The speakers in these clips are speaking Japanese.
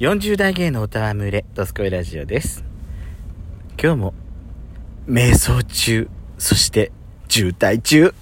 40代芸のおたわむれ、ドスコイラジオです。今日も、瞑想中、そして、渋滞中。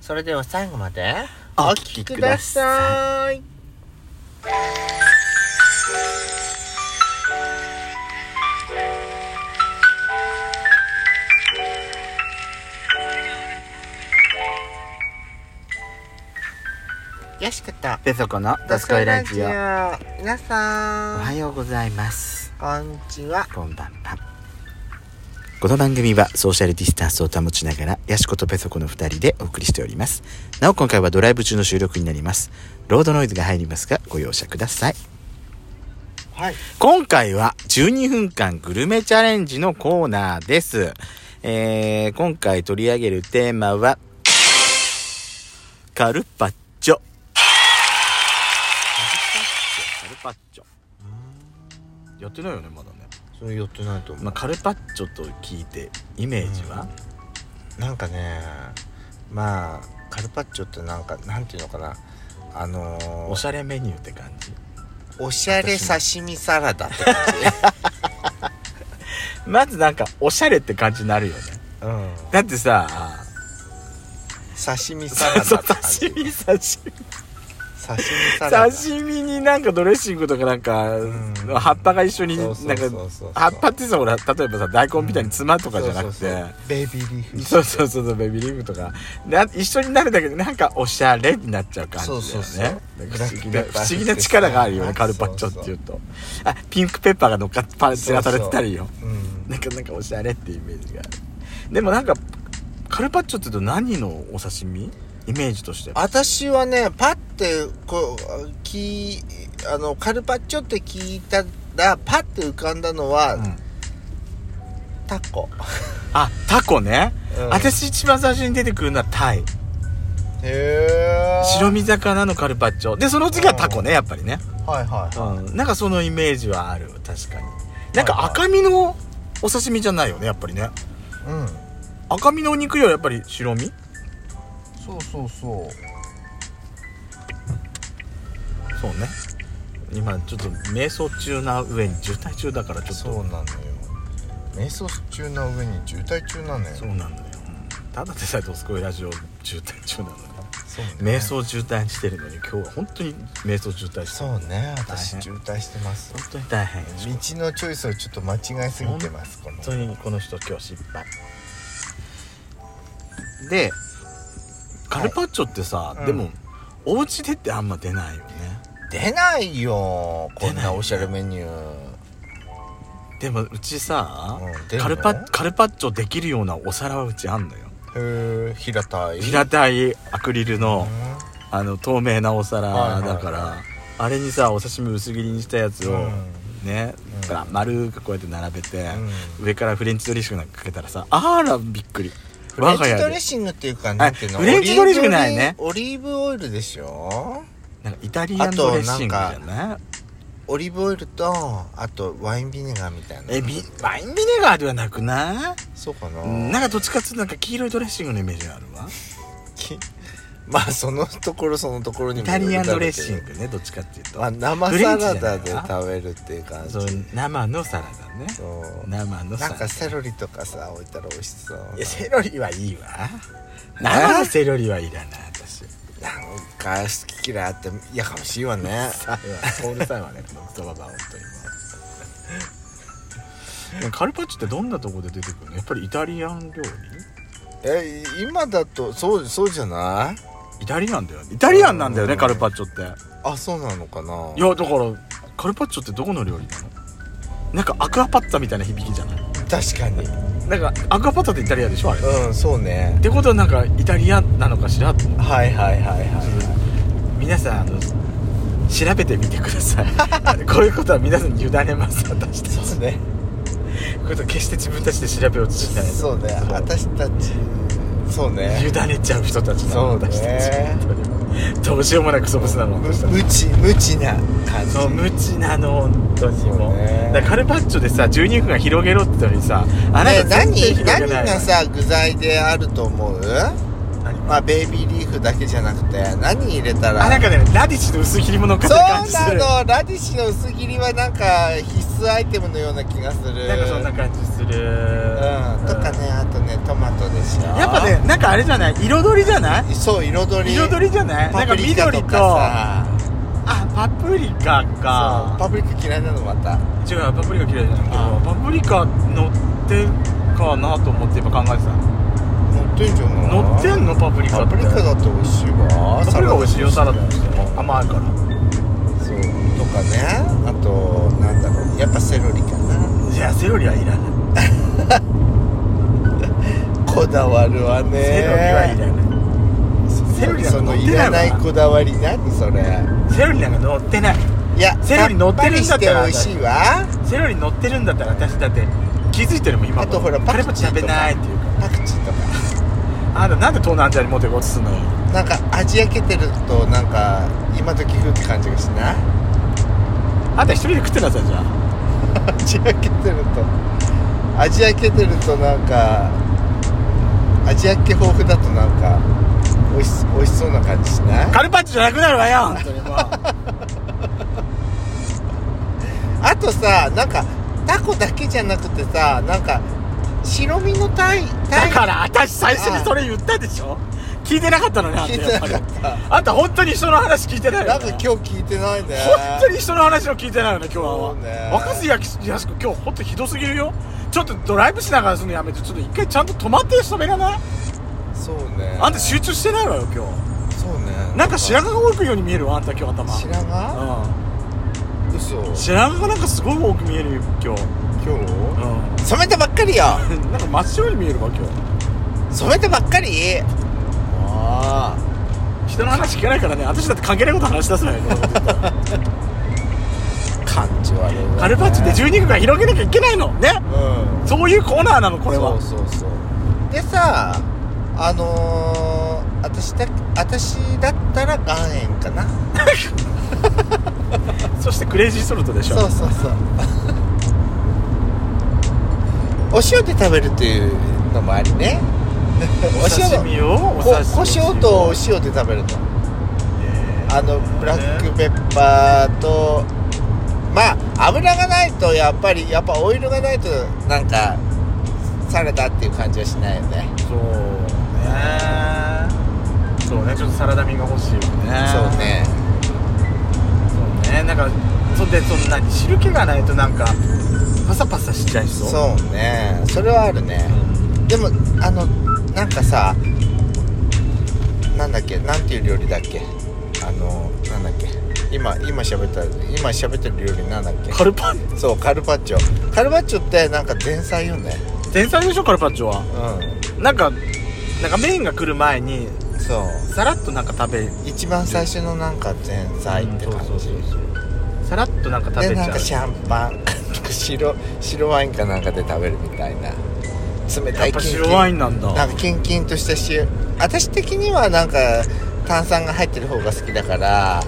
それでは最後までお聞きください。よしこと、ペソコのドドススココイイララジジオオ。。皆おさん、はようございます。こんにちは。こんばんは。この番組はソーシャルディスタンスを保ちながら、ヤシコとペソコの2人でお送りしております。なお今回はドライブ中の収録になります。ロードノイズが入りますが、ご容赦ください。はい。今回は12分間グルメチャレンジのコーナーです。えー、今回取り上げるテーマは、カルパッチョ。カルパッチョ、カルパッチョ。やってないよね、まだね。それ寄ってないと思う。まあ、カルパッチョと聞いて、イメージは、なんかねまあカルパッチョってなんかなんていうのかなあのー、おしゃれメニューって感じ。おしゃれ刺身サラダって感まずなんか、おしゃれって感じになるよね。じ、うん、だってさ、刺身サラダって感じ刺身、刺身。刺身サラダ刺身になんかドレッシングとかなんか、ん葉っぱが一緒にそなんうかそうそうそう葉っぱってさほら例えばさ大根みたいにつまとかじゃなくて、そうそうそうベイビーリーフそうそうそうそうベビーリーフとかな一緒になるだけでなんかおしゃれになっちゃう感じだよねそうそうそうなんかブラ不思ック議ペなッパー不思議な力があるよねそカうそルうパッチョっていうとあピンクペッパーが乗っかってパンチがされてたりようんなんかなんかおしゃれっていうイメージがあるでもなんかカルパッチョって言うと何のお刺身イメージとしては私はねパッてこうきあのカルパッチョって聞いたらパッて浮かんだのは、うんタコ、あタコねうん私一番最初に出てくるのはタイへえ白身魚のカルパッチョでその次はタコねやっぱりね、はいはいうん、なんかそのイメージはある確かになんはいかはい赤身のお刺身じゃないよねやっぱりねうん赤身のお肉よりやっぱり白身そうそうそうそうね今ちょっと瞑想中な上に渋滞中だからちょっとそうなのよ瞑想中な上に渋滞中なのよそうなんだよ、うんただでさえ「ドスコイラジオ」渋滞中なのねそうね瞑想渋滞してるのに今日は本当に瞑想渋滞してるそうね私大変渋滞してます本当に大変道のチョイスをちょっと間違えすぎてますこの本当にこの人今日失敗でカルパッチョってさ、うんでも、お家でってあんま出ないよね出ないよこん出ないなよおしゃれメニューでもうちさ、うん出んのカルパカルパッチョできるようなお皿はうちあんのよへえ平たい平たたいアクリルの,、あの透明なおはい皿はいだから、あれにさお刺身薄切りにしたやつを、ね、うんから丸くこうやって並べて、上からフレンチドレッシングなんかかけたらさあらびっくりフレンチ我ドが家レッでシングっていうかなんていうのフレンチドレッシングないねオリーブオイルオリーブオイルでしょなんかイタリアンドレッシングじゃないオリーブオイルとあとワインビネガーみたいなえビワインビネガーではなくなそうかいななんかどっちかっていうとなんか黄色いドレッシングのイメージがあるわきまあそのところそのところにイもタよるリアンだろドうレけッどシングねどっちかっていうと、まあ生サラダで食べるっていう感じそう生のサラダねそう生のサなラんダかセロリとかさ置いたら美味しそういやセロリはいいわ生のセロリはいらない私なんか好き嫌いあってやかましいわねさあうるさいわねこの言葉が本当にもう カルパッチョってどんなとこで出てくるのやっぱりイタリアン料理 え今だとそうそうじゃないイタリアンだよねイタリアンなんだよねうんカルパッチョってあそうなのかないやだからカルパッチョってどこの料理なのなんかアクアパッツァみたいな響きじゃない確かになんかアクアパッツァってイタリアでしょあれっうんそうねてことはなんかイタリアなのかしらと思ってはいはいはいは皆さんあの調べてみてください こういうことは皆さんに委ねます私たいちそうねこういうこと決して自分たちで調べようとしないそうねそう私たちそうね委ねちゃう人たちなのそうね私たち本当にどうしようもなくそぶすなの無私たち無知無知な感じそう無知なの本当にもそううねだからカルパッチョでさ12分が広げろって言ったのにさあなねた全然何広げない何がさ具材であると思う何まあ、ベイビーリーフだけじゃなくて何入れたらあなんかねラディッシュの薄切りも乗っかっそてうる感じするなのラディッシュの薄切りはなんか必須アイテムのような気がするなんかそんな感じするうんとかねあとねトマトでしょやっぱねなんかあれじゃない彩りじゃないそう彩り彩りじゃないなパんかプリ緑カととかさあパプリカそうかパプリカ嫌いなのまた違うパプリカ嫌いじゃないけあどパプリカ乗ってかなと思って今考えてた乗ってんじゃない乗ってんのパプリカパってプリカだって美味しいわパプリカ美味しいよサラダにしてそうも甘いからとかねあとなんだろうやっぱセロリかないやセロリはいらないこだわるわねセロリはいらないセロリなんそか乗っのいてならいないわこだわり何それセロリなんか乗ってないいやセロリ乗ってるんだったらさぱりして美味しいわセロリ乗ってるんだったら私だって気づいてるもん今あとほらパパレクパチー食べとかないっていうかパクチーとかあんたなんで東南アジアに持ってこうとすんのよなんか味焼けてるとなんか今時風って感じがしない あんた一人で食ってなさいじゃん味焼けてると味焼けてるとなんか味焼け豊富だとなんか美味し美味しそうな感じしないカルパッチョじゃなくなるわよ本当にもうあとさなんかタコだけじゃなくてさなんか白身のタイタだイから私最初にそれ言ったでしょ聞いてなかったのねあんた聞やいてなっぱりかったあんた本当に人の話聞いてないなよ、んね、か今日聞いてないね本当に人の話を聞いてないよね今日は、そうね若杉ややすく今日本当ひどすぎるよちょっとドライブしながらするのやめてちょっと一回ちゃんと止まって喋らないそうねあんた集中してないわよ今日そうねなんか白髪が多くように見えるわあんた今日頭白髪う嘘ん白髪がなんかすごい多く見えるよ今日今日う染めたばっかりよん なんか真っ白に見えるわ今染めたばっかりああ日人の話聞かないからね私だって関係ないこと話し出すのよ今のこと 言ったら感じ悪いわねカルパッチョで12区間広げなきゃいけないのねうんそういうコーナーなのこれはそうそうそうでさあのー、私だ私だったら岩塩かなそしてクレイジーソルトでしょそうそうそう お塩で食べるっていうのもありねお刺身をおこ刺身こしょうとお塩で食べるとあのブラックペッパーとまあ油がないとやっぱりやっぱオイルがないとなんかサラダっていう感じはしないよねそうねそうねちょっとサラダ味が欲しいよねそうねそうねなんかそでそんなに汁気がないとなんかパサパサしちゃいそうう、そうねそれはあるねでもあのなんかさなんだっけなんていう料理だっけあのなんだっけ今今喋った今喋ってる料理なんだっけカルパンそうカルパッチョカルパッチョってなんか前菜よね天才でしょカルパッチョはうなんかなんかメインが来る前にんそうさらっとなんか食べ一番最初のなんか前菜って感そうじそうそうそうさらっとなんか食べちゃでうなんかシャンパン なんか白白ワインかなんかで食べるみたいな冷たやっいぱキンキン白ワインなんだなんかキンキンとしたし私的にはなんか炭酸が入ってる方が好きだから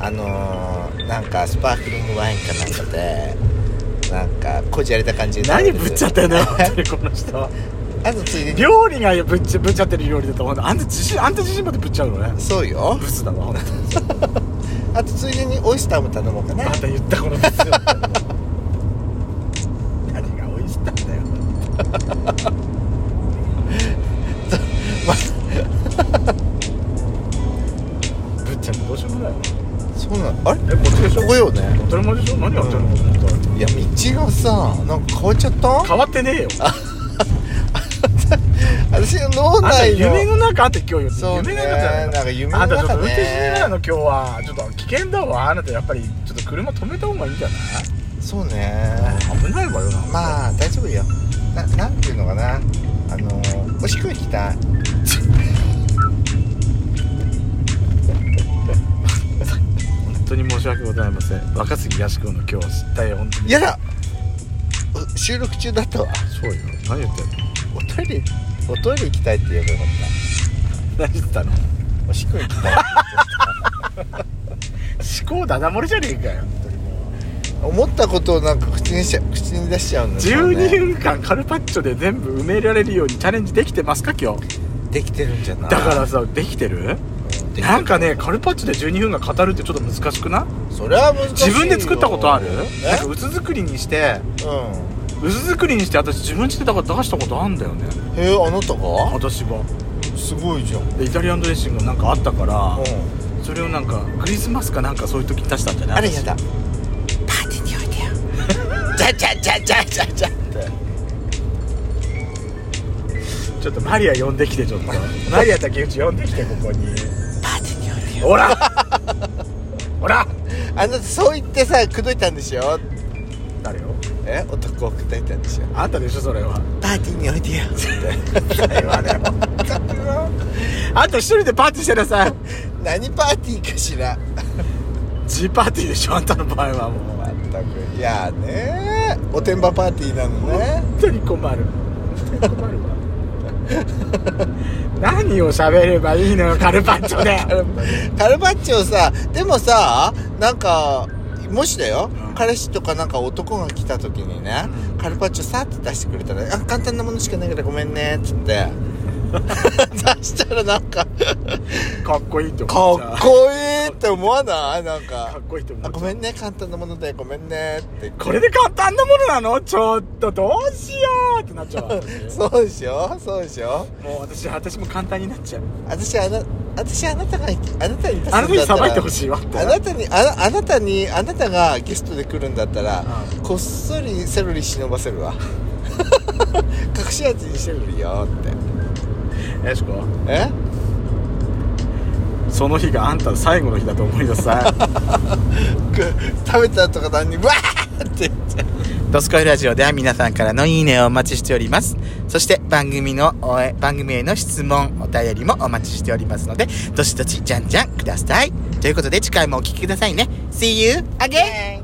あのー、なんかスパークリングワインかなんかでなんかこじゃれた感じで食べ何るぶっちゃってんのよ本当にこの人はあとついでに料理がぶっちゃぶっちゃってる料理だと思うんだあんた自身あんた自身までぶっちゃうのねそうよブスだわ本当にあとついでにオイスターも頼もうかなまた言ったこのブス何が美味しかったんだよ ぶっちゃもどうしようもないよそうなのあれえこっちでしょここよね当たり前でしょ何やってんのと思ったらいや道がさなんか変わっちゃった変わってねえよ 私の脳あんた内の夢の中あんた今日よそうね夢の中じゃなんか夢のあん中たちょっと運ね転しないの今日はちょっと危険だわあなたやっぱりちょっと車止めた方がいいんじゃなそうねい危ないわよなまあ大丈夫よななんていうのかなあのおしっこ行きたい本当に申し訳ございません若杉やし君の今日は失態本当にやだう収録中だったわそうよ何言ってんのおトイレおトイレ行きたいって言えばよかっ何言ってたのたおしっこ行きたい思考ダダ漏れじゃねえかよ思ったことをなんか口にしちゃ口に出しちゃうんだよね12分間カルパッチョで全部埋められるようにチャレンジできてますか今日できてるんじゃないだからさできてるうんなんかねカルパッチョで12分が語るってちょっと難しくないそれは難しい自よ分で作ったことあるなんかえ薄作りにしてう薄作りにして私自分ちでだから出したことあんだよねんへえあなたが私はすごいじゃんうんでイタリアンドレッシングなんかあったからそれをなんかクリスマスかなんかそういう時に出したんじゃないあれやだパーティーにおいてよ じゃじゃじゃじゃじゃじゃってちょっとマリア呼んできてちょっとマリア竹内呼んできてここにパーティーにおいてよほ らほらあなたそう言ってさ口説いたんでしょ誰よえ男を口説いたんでしょあんたでしょそれはパーティーにおいてよそれはねあんた一人でパーティーしてなさい 何パーティーかしらジーパーティーでしょあんたの場合はもうまったくいやーねーおてんばパーティーなのね本当に困る本当に困るわ何を喋ればいいのよカルパッチョで カルバッチョさでもさなんかもしだよ、うん彼氏とかなんか男が来た時にね、うんカルパッチョさって出してくれたら「あ簡単なものしかないからごめんね」っつって 出したらなんかかっこいいとか思っちゃうっこいいって思わないなんかかっこいいと思あっごちゃめうんね簡単なものでごめんねってこれで簡単なものなのちょっとどうしようってなっちゃうわ私そうでしょそうでしょもう私私も簡単になっちゃう私あな私あなたがあなたに出すんだったらあなたにさばいてほしいわってあなたにあなあなたにあなたがゲストで来るんだったらうこっそりセロリ忍ばせるわ隠し味にセロリよってよしこえその日があんたの最後の日だと思い出さく食べた後とか何にわーって言ってドスコイラジオでは皆さんからのいいねをお待ちしております。そして番組の応援、番組への質問、お便りもお待ちしておりますので、どしどしじゃんじゃんください。ということで次回もお聴きくださいね。See you again!